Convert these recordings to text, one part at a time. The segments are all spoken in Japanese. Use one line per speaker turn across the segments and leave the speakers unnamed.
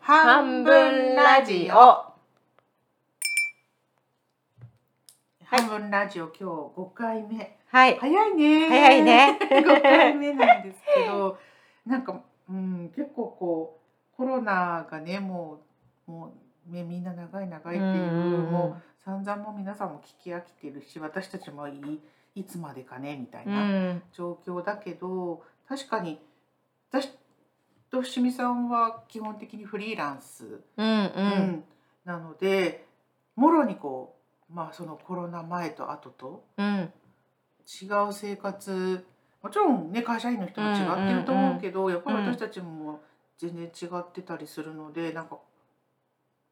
半分ラジオ。
半分ラジオ今日5回目
はい。
早いね
早いね
5回目なんですけ どなんか、うん、結構こうコロナがねもうもう、ね、みんな長い長いっていう,、もう散々もう皆さんも聞き飽きてるし私たちもいいつまでかねみたい
うん。う。
なん状況だけど、確かに私と伏見さんは基本的にフリーランス、
うん。う。
うんんなのでもろにこう、まあ、そのコロナ前と後と
うん。
違う生活もちろんね会社員の人も違ってると思うけど、やっぱり私たちも全然違ってたりするので、なんか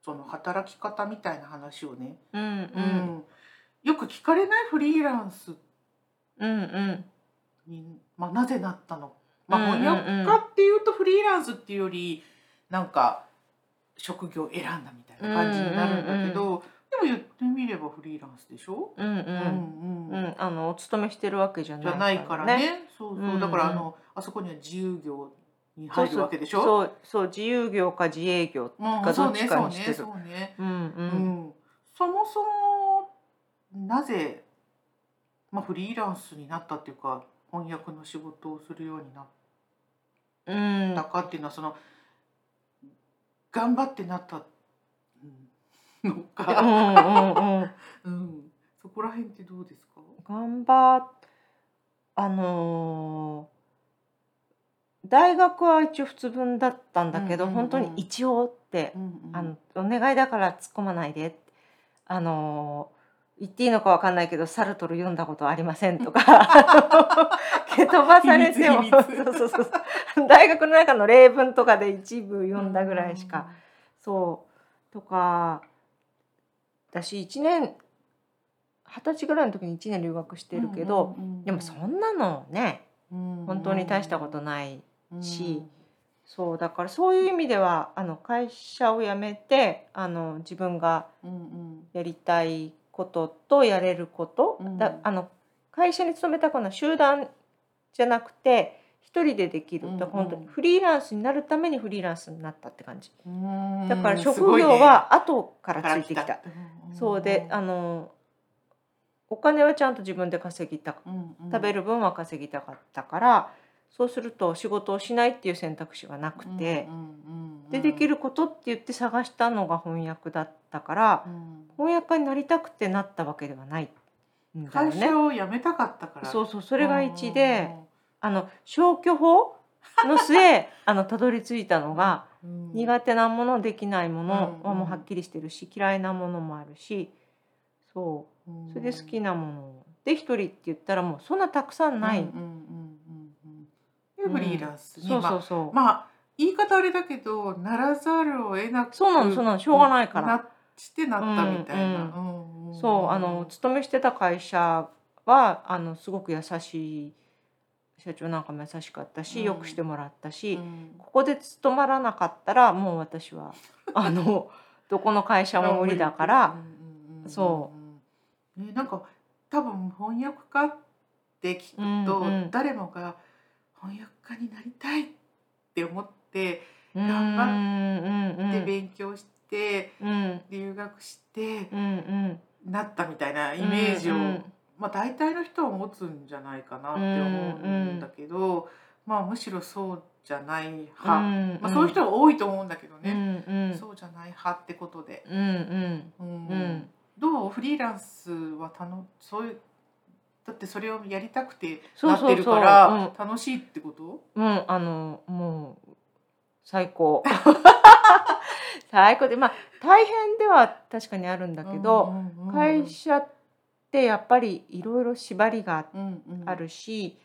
その働き方みたいな話をね、
うん。うん。
うんよく聞かれないフリーランス
うん。うん。
に、まあ、なぜなったの、まあ、
うんうん
翻
うん
訳家っていうとフリーランスっていうよりなんか職業選んだみたいな感じになるんだけど、でも言ってみればフリーランスでしょ、
うん。う。
うんん
う
うん
ん。あの、お勤めしてるわけじゃない。
じゃないからね。そう
うんう
そ
ん
うだからあのあそこには自由業に
そ
入
うそう
るわけでしょ
そう、そう、自由業か自営業。
うん
か
そ
ど
う
っ
ね
ち
そ
か
う
にしてる
ねそうね、
うん。う
うん
ん。
そもそもなぜ、まあ、フリーランスになったっていうか翻訳の仕事をするようになっ
うん
った。かっていうのはその頑張ってなったの
う
か、
ん。うん。うん。
うん、そこら辺ってどうですか、
頑張っあのー大学は一応普通分だったんだけど、
うんうんうん
本当に一応って
う、んうん
あのお願いだから突っ込まないであのー言っていいのかわかんないけど「サルトル読んだことありません」 とか蹴飛ばされても
秘密
そ
秘密
うそうそう大学の中の例文とかで一部読んだぐらいしか、そうとか私1年二十歳ぐらいの時に1年留学してるけど、
うんうんうん、
でもそんなのね本
本
当に大したことない、
ない
し、そうだからそういう意味ではあの会社を辞めてあの自分が
うんうん
やりたいこととやれること、
うん
だあの会社に勤めたくのは集団じゃなくて一人でできる、だから本当
うん
に
うん
フリーランスになるためにフリーランスになったって感じ。
うん、
だから
す
職
ごい
業
ね
は後から
から
ついてきた。、
んん
そうであのお金はちゃんと自分で稼ぎた
うんうん、
食べる分は稼ぎたかったからそうすると仕事をしないっていう選択肢はなくて
うんうんうん、
ででき、ることって言って探したのが翻訳だったから
うん、
翻訳家になりたくてなったわけではないんだよ
会
ね。
社を辞めたかったから
そううそうそれが一であの消去法の末 あのたどり着いたのが
苦
苦手なものできないもの
うん
は
うん
もうはっきりしてるし嫌いなものもあるしそうそれで好きなものをで一人って言ったらもうそんなたくさんない、
うんうんうんうんうん、でフリーランスに、
そうそうそう、
まあ、まあ言い方あれだけどならざるを得なく
そうなのそうなのしょうがないから
なしてなったみたいな、
うん
うんうん
そうあの勤めしてた会社はあのすごく優しい社長なんかも優しかったし、
うん
よくしてもらったし、
うん
ここで勤まらなかったらもう私はあのどこの会社も無理だから、
うんうんうん
そ
うん、ね、なんか多分翻訳家って聞くと、
うんうん
誰もが翻訳家になりたいって思って、
うん、
頑
張
で勉強して
うんうん
留学して
うんうん
なったみたいな
イ
イメージを、まあ、大体の人は持つんじゃないかなって思うんだけど、まあ、むしろそうじゃない派、まあ、そういう人は多いと思うんだけどね、
ね、うんうん、
そうじゃない派ってことで、
うんうん
うん
うん
どうフリーランスはたのそういうだってそれをやりたくて
そう
な
そうそう
ってるから楽しいってこと
うん、あの、もう、最 高。最高で、まあ、大変では確かにあるんだけど、会社ってやっぱりいろいろ縛りがあるし、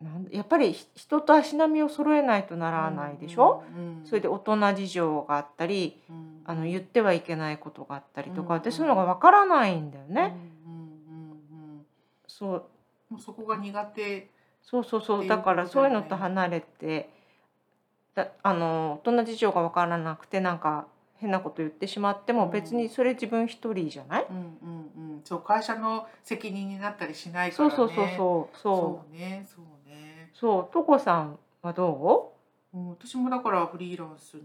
なんやっぱりひ人と足並みを揃えないとな
な
らないでしょ、、
うんうんうん
それで大人事情があったり、
うん
あの言ってはいけないことがあったりとか、
うん
でそういうのがわからないんだよね。
うんうんうんうん
そう
もうそこが苦手
そうそうそ
っ
う
ていう
だから
こと
そう
だ
い
よ
う
ね
のと離れてだあの大人事情が分からなくてなんか変なこと言ってしまって
う
も
ん
別にそれ自分一人じゃない、
うんうんうん、そう会社の責任になったりしないから
そう
ね。
そうそうそうそ
そうね、そうね
う。そうとこさんはど
うん、私もだからフリーランスに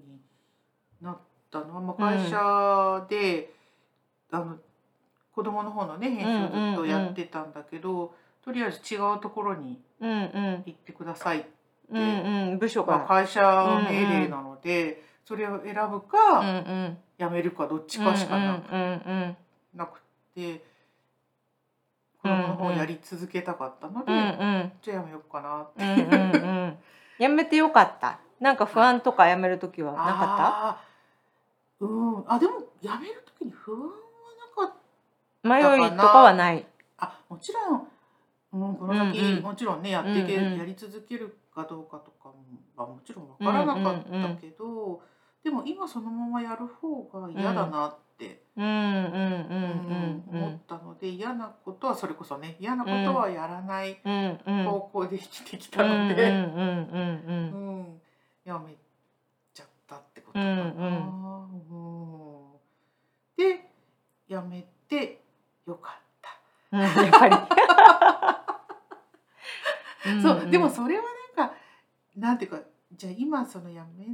なったのは、まあ、会社で、あの子供の方のね編集をずっとやってたんだけど、とりあえず違うところに
うんうん
行ってくださいって、
うんうん部署
まあ、
か
会社命令なので、それを選ぶか、
らうんうん
辞めるかどっちかしかな,、
うんうん
なくて子供の方をやり続けたかったので、
うんうん
じゃあ辞めようかなって。
うんうんうんうんやめてよかったなんか不安とかやめる時はなかっ
あーうん、あでも辞める時に不安はなかった
迷いとかはない
たあもちろん、うん、この先、
うんうん
もちろんねやっていけ、
うんうん
やり続けるかどうかとかもはもちろんわからなかったけど、でも今そのままやる方が嫌だなって、
うんうんうん
うん
うんう
思っ
ん
たので嫌なことはそれこそね嫌なことはやらない
うんうん
方向で生きてきたの
うん
で、
うんうんう
うんんやめちゃったってことかな。うんでやめてよかった。
うんやっぱりんん
そうでもそれはなんかなんていうかじゃあ今そのやめ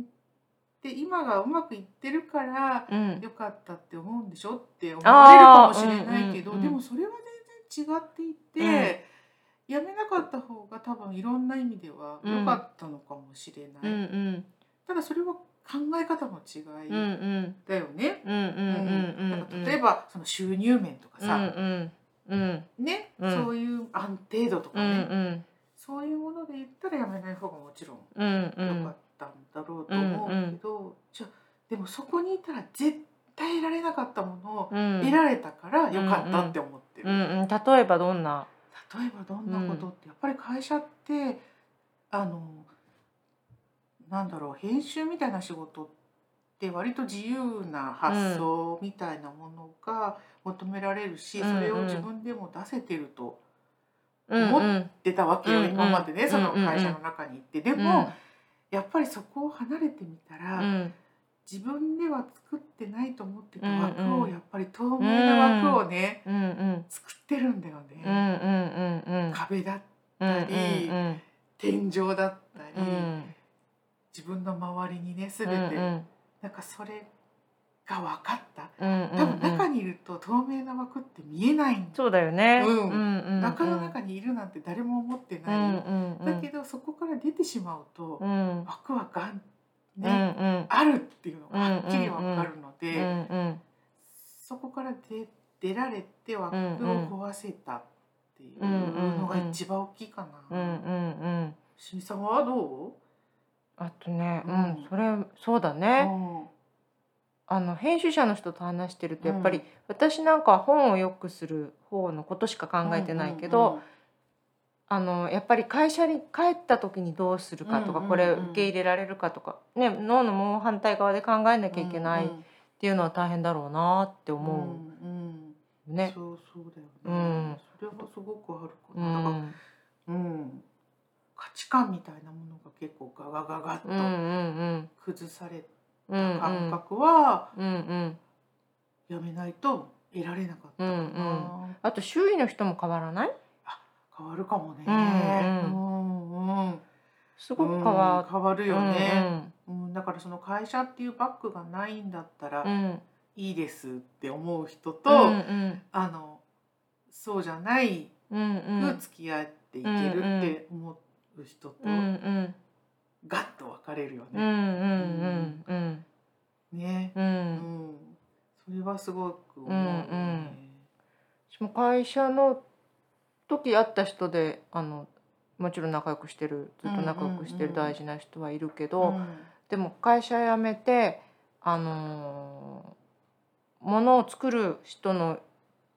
て今がうまくいってるから
うん
よかったって思うんでしょって思われるか
あ
も
ー
しれないけど、
うんうんうん
でもそれは全然違っていて、やめなかった方が多分いろんな意味では良かったのかもしれ
う
ない、
んうん
ただそれは考え方の違
うんう
い
ん
だよね。
うんうんうんうん
だから例えばその収入面とかさ、
うんうんうん
ね、
うん
そういう安定度とか
う
ね、
んうん
そういうもので言ったらやめない方がもちろん
うんう
良か
ん
ったんだろうと思うけど、じゃあでもそこにいたら絶対得られなかったものを
うん
得られたから良かったって思ってる、
うんうん例えばどんな
例えばどんなことってやっぱり会社ってあのなんだろう編集みたいな仕事って割と自由な発想みたいなものが求められるし、
うんうん
それを自分でも出せてると
うんうん
出たわけよ、
うんうん
今までねその会社の中に行って。でも、
うん
やっぱりそこを離れてみたら、
うん
自分では作ってないと思ってた
う
枠
んう
を
ん
やっぱり透明な枠をね、
うんうん
作ってるんだよ
うんうん
ね。
うん
壁だ
うんうん
天井だったり、
うん
自分の周りにね全て、
うん
なんかそれが分かった。
うん
多分中
に
にいると透明な枠って見えないんだ。
そうだよね
うん
うんうん
中の中にいるなんて誰も思って
う
ない。
んうんうん
だけどそこから出てしまうと、
うん
枠はがん
うんう
ね、
ん
あるっていうのがはっきり分かるので。
うんうん
そこから出出られて枠を
うんうん
壊せたっていう
うんうんうん
のが一番大きいか
う
な。
んうんうん
しみさんはど
あとね、う
うん
ん、それそうだ
う？
ね、
うん
あの編集者の人と話してるとやっぱり、
うん
私なんかは本をよくする方のことしか考えてないけど、、あのやっぱり会社に帰った時にどうするかとか、
うん
これ
うん
受け入れられるかとかね脳のもう反対側で考えなきゃいけないっていうのは大変だろうなって
思うん
思
うん
うね。
そうそうだよね。
うん
それはすごくあるか
う
な。だから
ん
うん価値観みたいなものが結構ガガガガ
うんう
ッと
ん
崩され
うんうん
た
うん
感覚は
うんうん
やめないと得られなかったか
うんう
な。
あと周囲の人も変わらない
変わるかもね。
うん
うんうん
すごく変わ
うん変わる
る
よね、うんだからその会社っていうバッグがないんだったら
うんうん
いいですって思う人と、
うんうん
あのそうじゃない
うんうん
く付き合っていけるって思う人と
うんうん
ガッと分かれるよ
うんう
ね。
んうん
ね、
う。
うんん、それはすごく思うよね。
私も会社の時会った人であのもちろん仲良くしてるずっと仲良くして
うんうんうん
る大事な人はいるけ
う
ど、
ん
でも会社辞めてあのー物を作る人の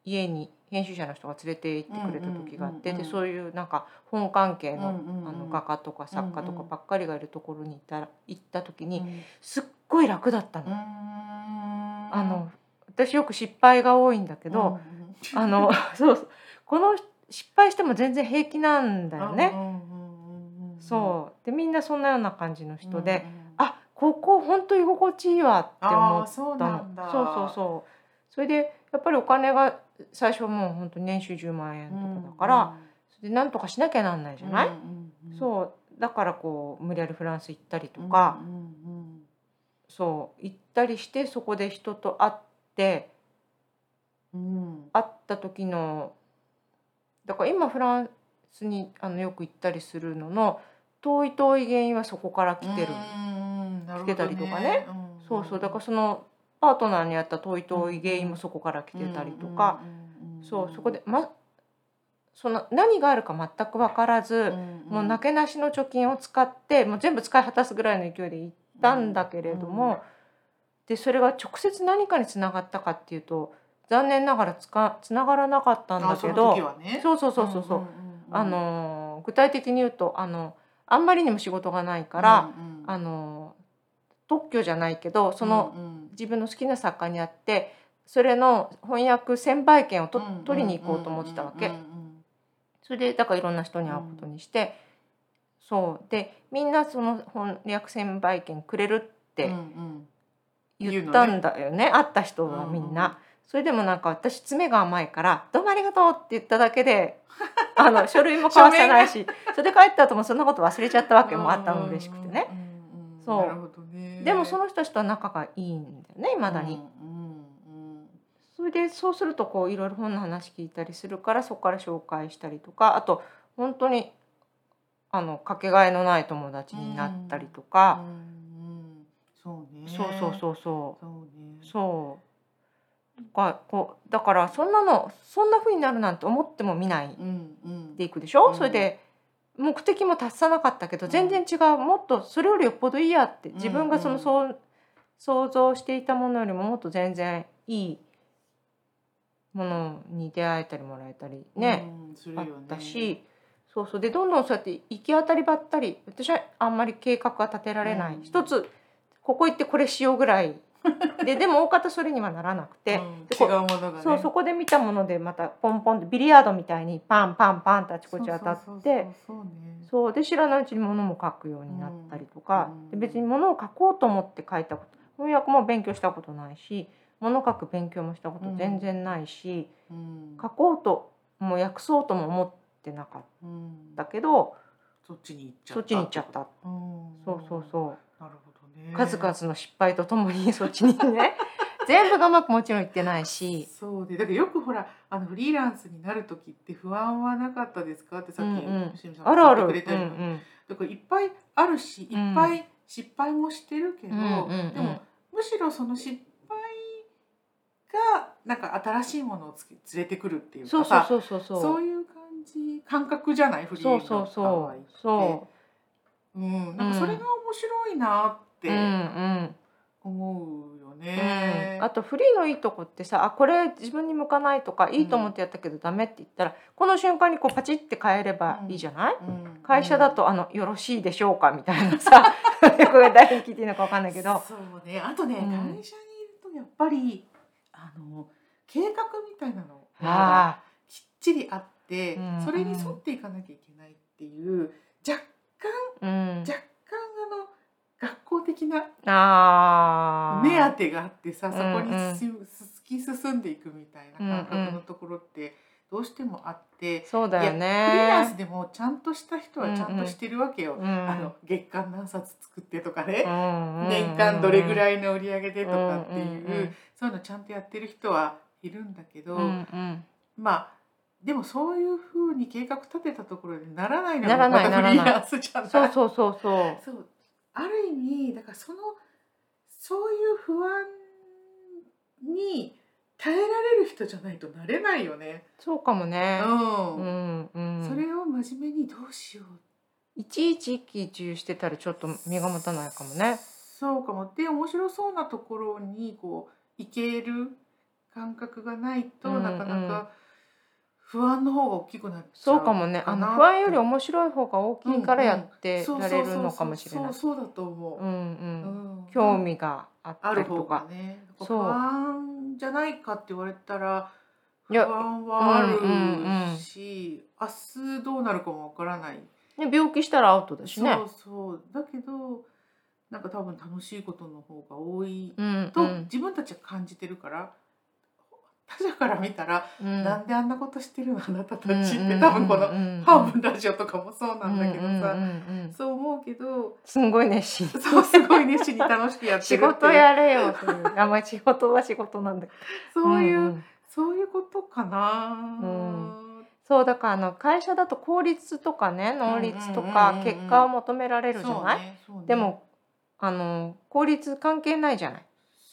家に編集者の人が連れて行ってくれた時があって、
うんうんうんうん
でそういうなんか本関係の,、
うんうんうん
あの画家とか作家とかばっかりがいるところにいた行った時に、
うん
すっごい楽だったの。
うん
あの私よく失敗が多いんだけど、あのそうそうこの失敗しても全然平気なんだよね。
ね
そうでみんなそんなような感じの
うん
人で、、
うんうん
あここ本当居心地いいわって思
あ
っ
ーそう
た
なんだ
のそうそうそうそれでやっぱりお金が最初もう本当に年収10万円とかだから、それでなんとかしなきゃなんないじゃない、
う
そうだからこう無理やりフランス行ったりと
ん
か、
うんうん
そう行っったりしてそこで人と会って
うん
会った時のだから今フランスにあのよく行ったりするのの遠い遠い原因はそこから来てる。
うんなるほどね
来てたりとかね
ん
そうそうだからそのパートナーにあった遠い遠い原因もそこから来てたりとか、
うんうん
そうそこで、ま、その何があるか全く分からず、もうなけなしの貯金を使ってもう全部使い果たすぐらいの勢いで行ったんだけれども、
うんうん
でそれが直接何かにつながったかっていうと残念ながらつかつながらなかったんだけど
あその時はね
そうそうそうそうそう、
んんんん
あのー具体的に言うとあのあんまりにも仕事がないから、
うんうん
あのー特許じゃないけどその自分の好きな作家に会ってそれの翻訳専売権をと、取りに行こうと思ってたわけ、
うんうん
それでだからいろんな人に会うことにして、そうでみんなその翻訳専売権くれるっ
うん
て
うん
言ったんだよね,、会った人はみんな、
うんうん
それでもなんか私爪が甘いから「どうもありがとう」って言っただけで あの書類も交わさないしそれで帰った後もそんなこと忘れちゃったわけもあったの嬉しくてね、
うんうんうん
そう
なるほどね
でもその人たちとは仲がいいんだよねいまだに、
うんうん
それでそうするとこういろいろ本の話聞いたりするからそこから紹介したりとかあと本当にあのかけがえのない友達になったりと
うん
か、
うんそうね
そうそう
う
そうそう
そうね
そうとかこうだからそんなのそんな風になるなんて思っても見ない
うんうん
でいくでしょ、
うん
それで目的も達さなかったけど
うん
全然違う、もっとそれよりよっぽどいいやって自分がその、
うんうん
そう想像していたものよりももっと全然いいものに出会えたりもらえたりね、
うんする
あ
よ
っ
ね
たしそうそうでどんどんそうやって行き当たりばったり私はあんまり計画は立てられない、
うん
一つここ行ってこれしよう ぐらいででも大方それにはならなくて。
うん
で
違
こ
うものがね
そうそこで見たものでまたポンポンってビリヤードみたいにパンパンパンってあちこち当た
そうそ
っ
う
て
そうそうね
そうで知らないうちに物も書くようになったりとか
うん
で別に物を書こうと思って書いたこと翻訳も勉強したことないし物書く勉強もしたこと全然ないし
うん
書こうともう訳そうとも思ってなかっ
うん
たけど
そっちに行っちゃった
そっちに行っちゃった
うん
そうそうそう
なるほどね
数々の失敗とともにそ っちにね全部がうまくもちろんいってないし。
そうでだからよくほらあのフリーランスになる時って不安はなかったですかってさっき、
うんうん
吉見さん
あるあ
言
る、
っ
うん
てくれたり
うん
だからいっぱいあるしいっぱい失敗もしてるけど、
うんうんうん
でもむしろその失敗がなんか新しいものをつけ連れてくるっていうか
そうそう
さ
そうそうそう
そういう感じ感覚じゃないフリー
そ
ラ
う
ンスの
そう
場合
そ
っ
う
て、
そう
ん、なんかそれが面白いなっ
う、うんう
て
ん
思うよ
う
ね。
ん、あとフリーのいいとこってさあこれ自分に向かないとかいいと思ってやったけどダメって言ったら、この瞬間にこうパチって変えればいいじゃない、
うん
会社だと、あの「よろしいでしょうか」みたいなさ これ誰に聞いていいのか分かんないけど
そうねあとね、
うん
会社にいるとやっぱりあの計画みたいなのが
あ
きっちりあって、
うんうん
それに沿っていかなきゃいけないっていう若干
あうん
若干あの学校的な
あー
目当てがあってさそこに
うんうん
進むす突き進んでいくみたいな感覚のところってどうしてもあって、
そうだよ
フリーランス
ね
でもちゃんとした人はちゃんとしてるわけよ。
うん
あの月間何冊作ってとかね、
うんうん
年間どれぐ
い
らいの売り上げでとかっていう、
うんうんうん
そういうのちゃんとやってる人はいるんだけど、
うんうん
まあでもそういうふうに計画立てたところでならないの
なら
がま
な
たフ
い
リーランスじゃない。
そうそうそう そう
そうある意味だからそのそういう不安に耐えられる人じゃないとなれないよね。
そうか
う、
もね、うんんうん、
それを真面目にどうしよう
いちいち一喜一憂してたらちょっと身が持たないかもね。
そうかもで面白そうなところにこう行ける感覚がないと、
うんうん
なかなか不安の方が大きくなっちゃう
そうかもね。あの不安より面白い方が大きいからやって
そう
られるのかもしれない
そう。そうそうそうだと思
う
う、うん
うん。
ん
興味があっ
あ
た
る
り
方
と
が
か。
ね
そう
不安じゃないかって言われたら
い
不
や
安はある
うんうんうん
し、明日どうなるかもわからない
ね病気したらアウトだしね
そ。うそうだけどなんか多分楽しいことの方が多い
うんう
と
ん。
自分たちは感じてるから、他者から見たら、
うん
なんであんなことしてるのあなたたちって多分この「ハーブラジオ」とかもそうなんだけど
う
さ
んうんうんうん
そう思うけど
すんごい熱 心
そうすごい熱心に楽しくやって
仕
るって
事
い う
やれよというあまり仕事は仕事なんだけ ど
そういう、
んん
そういうことかな。
うんそうだからあの会社だと効率とかね能率と
うんうんうん
か
うん
結果を求められるじゃ
そう
ない、
ねそうね
でもあの効率関係ないじゃない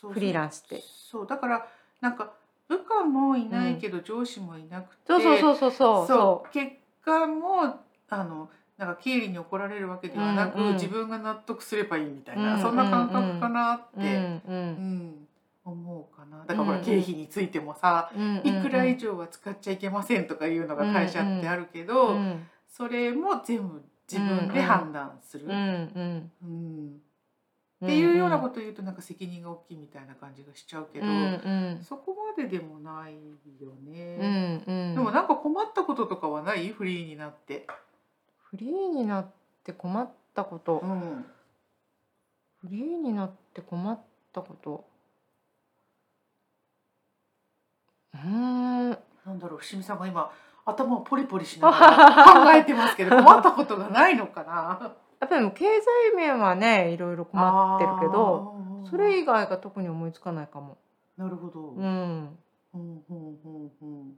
そう
フリーランスって。
そうだからなんか部下もいないけど上司もいなくて、
そうそうそうそうそうそ
そう結果もあのなんか経理に怒られるわけではなく、
うんうん
自分が納得すればいいみたいな、
うん
そんな感覚かなっ
う。
て、
うんう
うん
ん
思うかなだからほ
う
ら
んうん
経費についてもさ、
うん
いくら以上は使っちゃいけませんとかいうのが会社ってあるけど、
うん
それも全部自分で判断する、
うんうん
うん
うん
っていうようなことを言うとなんか責任が大きいみたいな感じがしちゃうけど、
うんうん
そこまででもないよ
う
ね、
んうん
でもなんか困ったこととかはないフリーになって、
フリーになって困ったこと
うん、
フリーになって困ったことうーん
なんだろう伏見さんが今頭をポリポリしながら考えてますけ ど困ったことがないのかな
やっぱりもう経済面はねいろいろ困ってるけど
あーうんうんうん
それ以外が特に思いつかないかも。
なるほど、
うん、
うんうんうんうん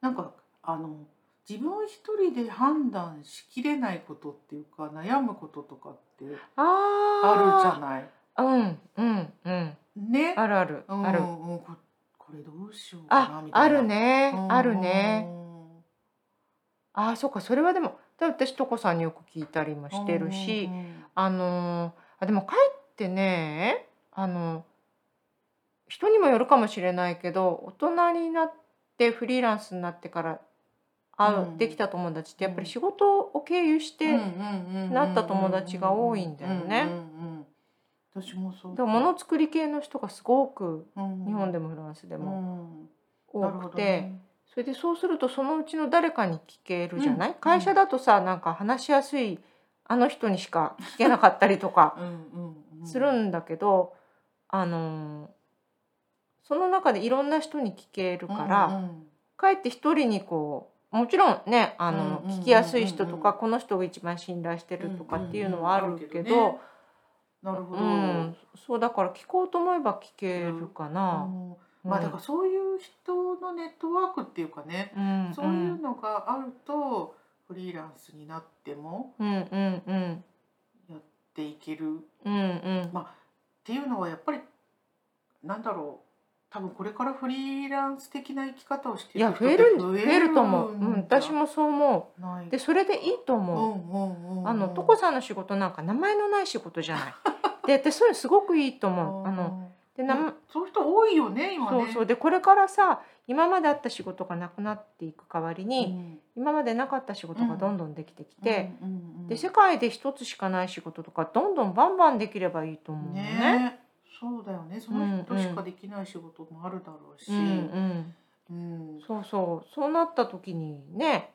なんかあの自分一人で判断しきれないことっていうか悩むこととかって
あ
あるじゃ
あ
ない
るじゃん。うんうんうん。
ね
あるある
うん
ある。
うんここれどうしようかな
あ
みた
あ
いな
るね
うん
あるね。あーそっかそれはでもだ私とこさんによく聞いたりもしてるし、
うんうん
あのーあでも帰ってねあの人にもよるかもしれないけど大人になってフリーランスになってから会う、
うん
できた友達ってやっぱり
うん
仕事を経由して、
うん
なった友達が多いんだよね
うんうんうん私もそう
でも物作り系の人がすごく日本
で
でもフランスでも
も
多くて、それでそうするとそのうちの誰かに聞けるじゃない、
うん
会社だとさなんか話しやすいあの人にしか聞けなかったりと かするんだけど、あのーその中でいろんな人に聞けるから、かえって一人にこうもちろんねあの、
うんうんうんうん
聞きやすい人とか、この人が一番信頼してるとかっていうのはあるけど。
なるほど、
うん、そうだから聞こうと思えば聞けるか
あ
な。
のまあだからそういう人のネットワークっていうかね、
ら、うん、
そういうのがあるとフリーランスになっても
うんうんうん
でいける
うんうん
まっていうのはやっぱりなんだろう多分これからフリーランス的な生き方をして
い
いく
や
人って
増える増えると思う。うん、
じゃ
私もそう思。
ないう
でそれでいいと
う
思う。
んうんうんうん
あのとこさんの仕事なんか名前のない仕事じ ゃない。で私そういうのすごくいいと思う。あのでな
うんそういう人多いよね今
そ
ね
うそうでこれからさ今まであった仕事がなくなっていく代わり
う
に、
ん
今までなかった仕事がどんどんできてきて、
うんうんうん
で世界で一つしかない仕事とかどんどんバンバンできればいいと思うのね。
ねそうだよねその人しかできない仕事もあるだろうし、
うんうん。
うん
そうそうそうなった時にね、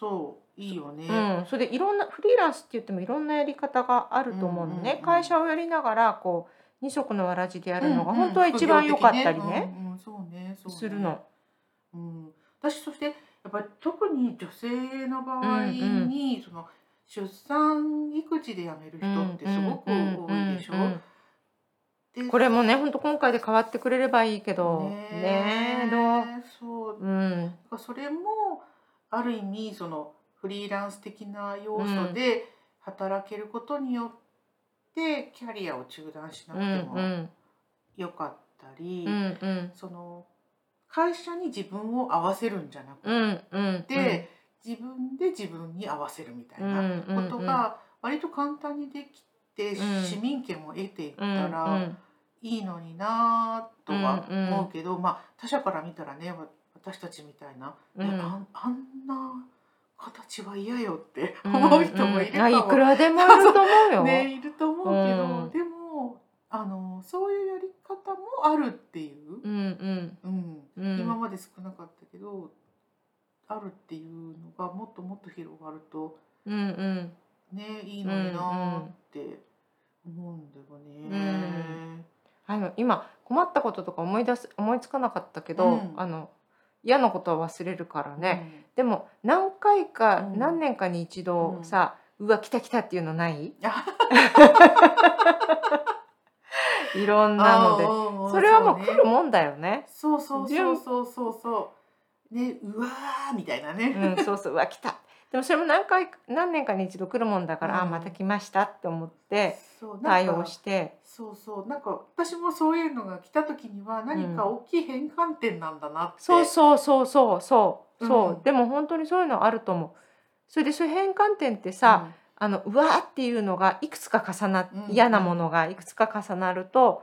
そういいよね、
うん、それでいろんなフリーランスって言ってもいろんなやり方があると思うのね、
うんうんうん
会社をやりながらこう二足のわらじでやるのが
うんうん
本当は一番良かったり
副業
ね,、
的うんうんそうねそうね
するの。
うん、私そしてやっぱり特に女性の場合に、その出産育児で辞める人ってすごく多いでしょ。
うんうんうんうん
で
これもね本当今回で変わってくれればいいけどね
ねえ
えどう
そう
うん
だからそれもある意味そのフリーランス的な要素で働けることによってキャリアを中断しな
う
く
ん
て
う
も
ん
よかったり、
うんうん
その会社に自分を合わせるんじゃなくて、
うんうん
自分で自分に合わせるみたい
うんう
なんことが割と簡単にできて、
うん
市民権を得ていった
うん
らいいのになぁとは思うけど、まあ他者から見たらねわ私たちみたいな、
う
いやあ
ん
んあんな形は嫌よって
うん
思う人もいるか
あいく
も、
らでもいると思うよ。
ね、いると思うけど、
うん
でもあのそういうやり方もあるっていう
う、ん
うん
うんうん、
今まで少なかったけどあるっていうのがもっともっと広がると
うんうん
ねいいのになーって思うんだよね。
あの今こ困ったこととか思い出す思いつかなかったけど、
うん
あの嫌なことは忘れるからね、
ね、
でも何回か、
うん
何年かに一度
うん
さ、うわ来た来たっていうのない
あ
いろんなの
あ
で
ーうんうん
それはもう
ね
来るもんだよね。
そうそうそうそうそうそうねうわーみたいなね、
うん、そうそううわ来たでもそれも何回か何年かに一度来るもんだから、
うん
あまた来ましたって思って
そうなんか
対応して
そうそうなんか私もそういうのが来た時には何か大きい変換点なんだなって、
そうそうそうそうそうそう、
うん
でも本当にそういうのあると思うそれでそういう変換点ってさ、あのうわーっていうのがいくつか重な
うん
嫌なものがいくつか重なると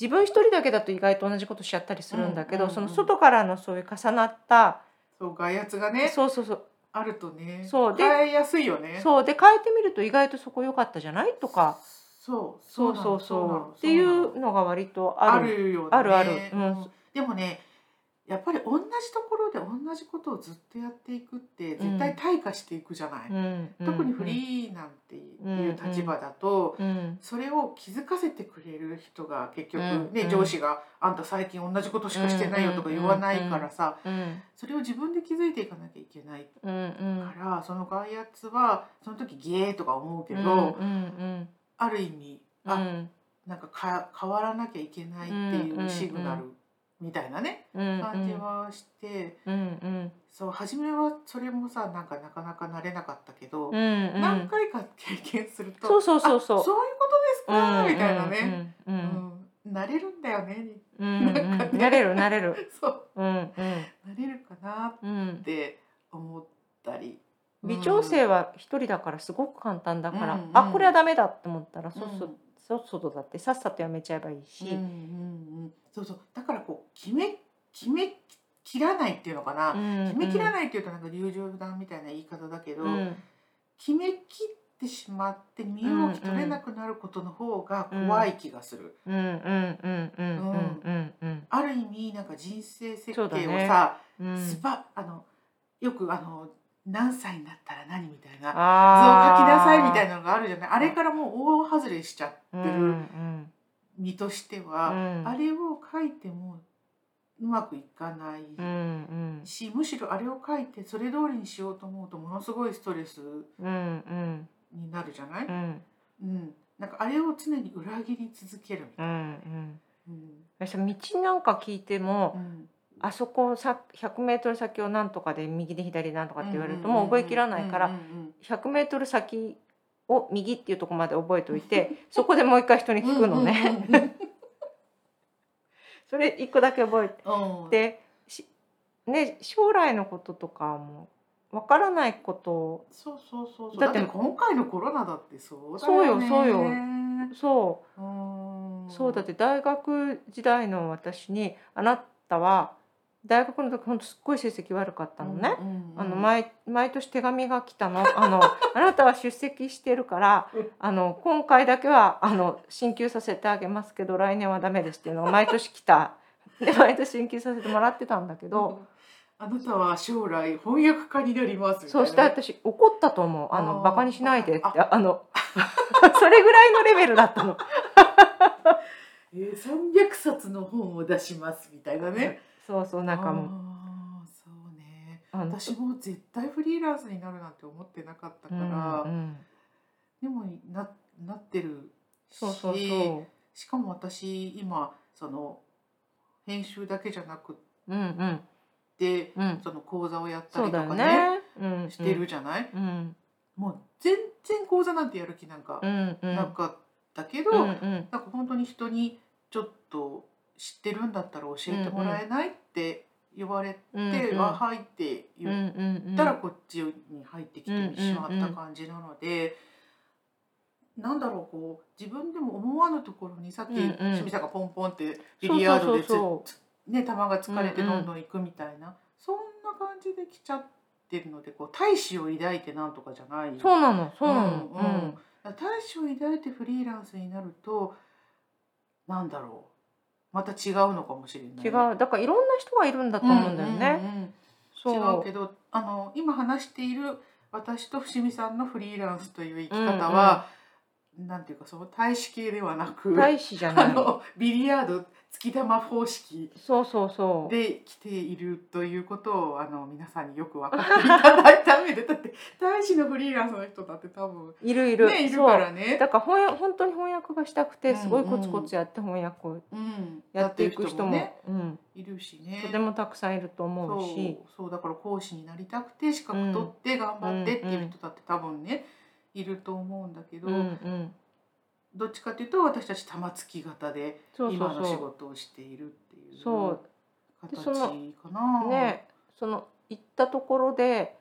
自分一人だけだと意外と同じことしちゃったりするんだけど、
うんうん
そ
うん
の外からのそういう重なった、
うん、そう外圧がね
そうそうそう
あるとね
そうで
変えやすいよね
そうで変えてみると意外とそこ良かったじゃないとか
そう
そうそう
なのな
そ
の
うっていうのが割とあ
あ
る。
るよね
あるあるう
うんん、でもねやっぱり同じところで同じことをずっとやっていくって絶対退化していくじゃない、
うん
特にフリーなんていう立場だと、
うん
それを気づかせてくれる人が結局
うん
ね、
うん
上司が「あんた最近同じことしかしてないよ」とか言わないからさ、
うん
それを自分で気づいていかなきゃいけない
うんうん
から、その外圧はその時ゲーとか思うけど、
うん
ある意味
うんう
あ
ん
なんかか変わらなきゃいけないって
うんうんう
い
ん
うシグナルみたいなね、
うん
感じはして
うんうん
そう初めはそれもさなんかなかなか慣れなかったけど、
うんうん
何回か経験すると
そうそうそうそう
あそういうことですか、みたいなね。
うんうん
うん慣れるんだよね。
うんうんうんうんなれるなれる
そう、
うん
慣れるかな
うんうん
って思ったり。
微調整は一人だからすごく簡単だから、
うんうん
あこれはダメだって思ったらそっそ,、
うん
そっそとだってさっさとやめちゃえばいいし、
うんうんうん、そうそう、だからこう、決め、決め切らないっていうのかな。決め切ら
い
ないっていうと、なんか流暢談みたいな言い方だけど、
うん
決め切ってしまって身動き取れなくなることの方が怖い気がする。
うんうんうんうんうんうんうん
ある意味、なんか人生設計
そう
を
だね
さ、
うん
スパ、あの、よくあの、何歳になったら何みたいな。図を
あ
書きなさいみたい
な
なのがあるじゃないあれからもう大外れしちゃって
うんう
る
ん
身として
う
は、
ん
あれを書いてもうまくいかない
うん
し、むしろあれを書いてそれ通りにしようと思うとものすごいストレス
うんうん
になるじゃない、
う
うん
ん
なんかあれを常に裏切り続けるみ
う
たいな。
んうん
うん
私道なんか聞いても、
うん
あそこさ 100m 先をなんとかで右で左なんとかって言われると
んんん
もう覚えきらないか
う
ら
んうん
100m 先を右っていうところまで覚えてお いてそこでもう一回人に聞くのね。
うんうん
それ一個だけ覚え
うんう ん
てし、ね、将来のこととかもわからないことを
そうそうそうそうだ
だっ
ってて今回のコロナだってそうだよね
そうよそうよそう
うん
そうだって大学時代の私に「あなたは大学の時本当すっごい成績悪かったのね」
うんうんうん
あの毎毎年手紙が来たの「あのあなたは出席してるから
うん
あの今回だけはあの進級させてあげますけど来年はダメです」っていうのが毎年来た。で毎年進級させてもらってたんだけど、
あなたは将来翻訳家になりますみたい
そう
な。
して私怒ったと思う「あ
あ
の
ー
バカにしないで」ってあの それぐらいのレベルだったの。
えー、300冊の本を出しますみたいなね。
そうそうなんかもう
あーそうね。
あの
私も絶対フリーランスになるなんて思ってなかったか
う
ら、
んうん
でもななってるし
そうそうそう。
しかも私今その編集だけじゃなくっ
うんうん
て
うん。
その講座をやった
そう
りと
だ
か
よ
ね
ね。うん
してる。じゃない、
うん
もう全然講座なんてやる気なんか
うんうん。
なかったけど、
うんうん
なんか本当に人にちょっと知ってるんだったら教えてもらえないって言われ
うんうん
て、は入って
うんう
言っ
んうん。
たらこっちに入ってきてしまった感じなので、なんだろうこう自分でも思わぬところにさっき
うんうん
清水さんがポンポンってビリヤードでつ
そうそうそう
ね球が疲れて
うんう
ど
ん
んどん行くみたいな、そんな感じで来ちゃってるのでこう大志を抱いてなんとかじゃない。
そうなのそうな
うんうん
の。
大志を抱いてフリーランスになるとなんだろうまた違うのかもしれ
う。
なんい
違うだからいろんな人がいるんだと思うんだよ
うん
ね。
うんうん
そう
違うけどあの今話している私と伏見さんのフリーランスという生き方は、なんていうかその大使系ではなく
大使じゃ
あ
ない
のビリヤード月玉方式
そうそうそう
で来ているということをあの皆さんによく分かっていただいた上でだって大使のフリーランスの人だって多分
いるいる、
ねいる
そ
か
う
らね。
だから翻訳本当に翻訳がしたく
う
て
ん
すごいコツコツやって翻訳を
うん、
やっていく人も,、
だってる
うん、
いるしね。
とてもたくさんいると思うし
そうそうだから講師になりたくて資格取って頑張ってっていう人だって多分ね、いると思うんだけど、
うんうん
どっちかというと私たち玉突き型で
そうそ
今
う
の仕
そ
事をしているっていう
そうで
形
その
かな。
うねその行ったところで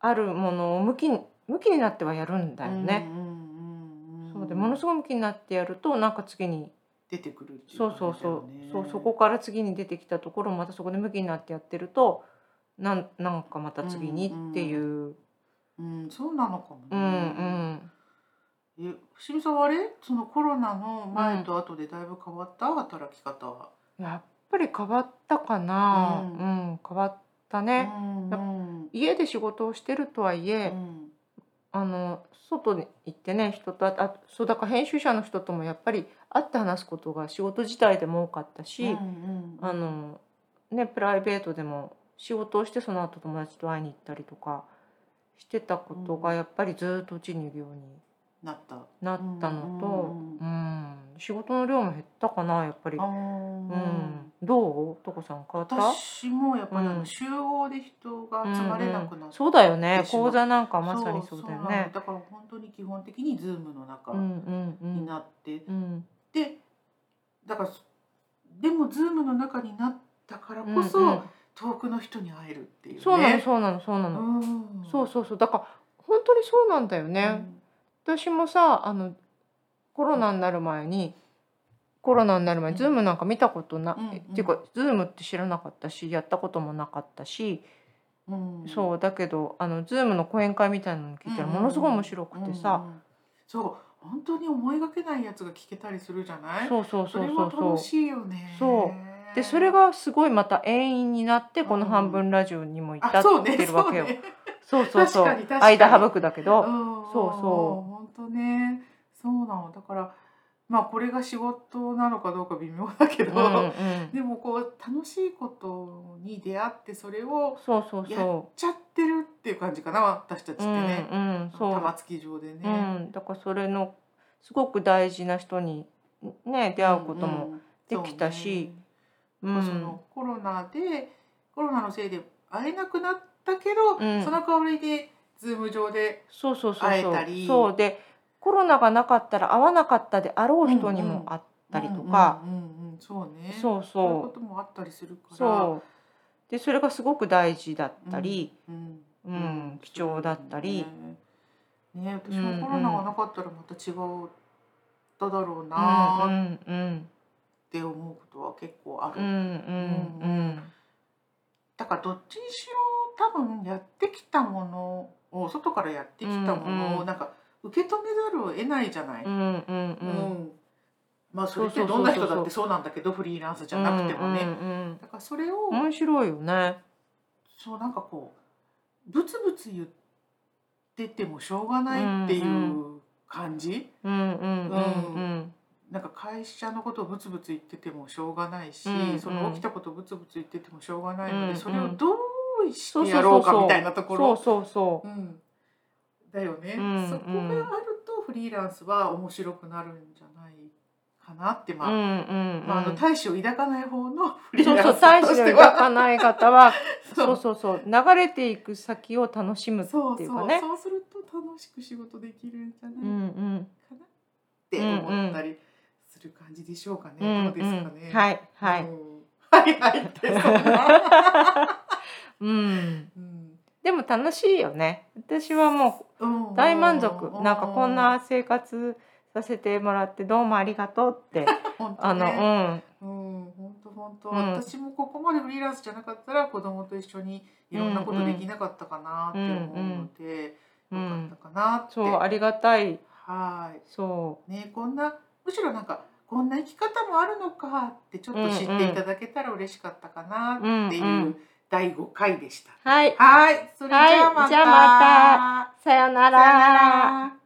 あるものを向きに向きになってはやるんだよね、
うんうんうんうん
そうでものすごい向きになってやるとなんか次に
出てくるっていう
そうそうそう、そうそこから次に出てきたところをまたそこで向きになってやってるとなんなんかまた次にっていう、
うんそうなのかもね。
うんうん
え伏見さんはあれそのコロナの前と後でだいぶ変わった働き方は。
やっぱり変わったかな、
う
うんん変わったね、
うんうん
家で仕事をしてるとはいえ、
うん
あの外に行ってね人とああそうだから編集者の人ともやっぱり会って話すことが仕事自体でも多かったし、
うんうん
あのねプライベートでも仕事をしてその後友達と会いに行ったりとかしてたこと
う
が
ん
やっぱりずっとうちにいるように
なった。
なったのと
うんうん
うん仕事の量も減ったかなやっぱり
あ。
う
ー
ん、どうとこさん変わった
私もやっぱりあ
う
の
ん
集合で人が集まれなくな
うんうん
って、
そうだよね
しまう
講座なんかまさにそうだよ
なの
ね。
だから本当に基本的にズームの中
うんうんう
に
ん
なって、
うん
でだからでもズームの中になったからこそ、
うんうん
遠くの人に会えるっていうね。
そうなのそうなのそうなの、
うん
そうそうそうだから本当にそうなんだよ
う
ね、
ん
私もさあのコロナになる前にコロナになる前
うん
にズームなんか見たことな、
うんうん
っていうかズームって知らなかったしやったこともなかったし、
うん
そうだけどあのズームの講演会みたいなの聞いたらものすごい面白くてさ、
うんうんそう本当に思いがけないやつが聞けたりするじゃない
そうそう
そ
そう
れ
そう
は
そ
楽
う
しいよね
そでそれがすごいまた遠因になってこの
うん
半分ラジオにも至
あ
っ
そうね
てるわけよ、
そうね
そうそうそう
確かに確かに
間省くだけど、
そ
そうう
そう
そ
本当ねそうなのだからまあこれが仕事なのかどうか微妙だけど、
うんうん
でもこう楽しいことに出会ってそれを
そうそうそう
やっちゃってるっていう感じかな私たちってね、
うんうん、そう、
玉突き上でね、
うん、だからそれのすごく大事な人にね出会うことも、できたしう
そ
ん
う
う
ねそ
ん、
のコロナでコロナのせいで会えなくなったけど、
うん
その代わりでズーム上で
そうそうそう
会え
そ
た
う
り
そうでコロナがなかったら会わなかったであろう人に
うんうん
も会ったりとか、
うんうんうんそうね
そう
そういうこと
そ
もあったりするか
う
ら
そうでそれがすごく大事だったり、
うん
うん貴重だったり、
ねね私もコロナがなかったらまた違っただろう
うん、う
なっ
んうん
て思うことは結構あ
う
る、
んうんうん
だからどっちにしろ多分やってきたものを外からやってきたもの
うんう
を
ん
なんか受け止めざるを得ないじゃない、
うんうんう
うんんまあそれって
そうそう
ど
そ
ん
うそう
な人だってそうなんだけどフリーランスじゃなくてもね、
うん
だからそれを、
うんうん、面白いよね。
そうなんかこうブツブツ言っててもしょうがないっていう感じ、
うんうんうんうん
なんか会社のことをブツブツ言っててもしょうがないし、
うんうん
その起きたことをブツブツ言っててもしょうがないので、
うんうん
それをどうしてやろうかみたいなとこ
そう
ろ
そうそう
うんだよね、
うんうん
そこがあるとフリーランスは面白くなるんじゃないかなってまあ、
うんうんうん
まあ、あの大志を抱かない方のフリー
そう
ラ
そ
ン
う
ス
大
とし
使
て
の抱
は
かない方は
そ
そうう
そう
そうそう流れていく先を楽しむって
そう
いうかね
そうすると楽しく仕事できるんじゃないか
う
なっ
んうん
て思ったりする感じでしょうかね、
うんう
どうですかね。
んはいは
う
い
んはいはいってそんな
うん
うん
でも楽しいよね私はも
うん
う大満足なんかこんな生活させてもらってどうもありがとう って
本当
あの
ね
うん
うん本当本当
うん
私もここまでフリーランスじゃなかったら子供と一緒にいろんなことできなかったかなって思うので
う
よかった
ん
かなって
そうありがたい
は
そ
いねこんなむしろなんかこんな生き方もあるのかってちょっと知っていただけたら嬉しかったかなって
うん
いうう第5回でした
うはい
はいそれじゃあ
はいじゃあま
また
さよ
さよな
なら
ら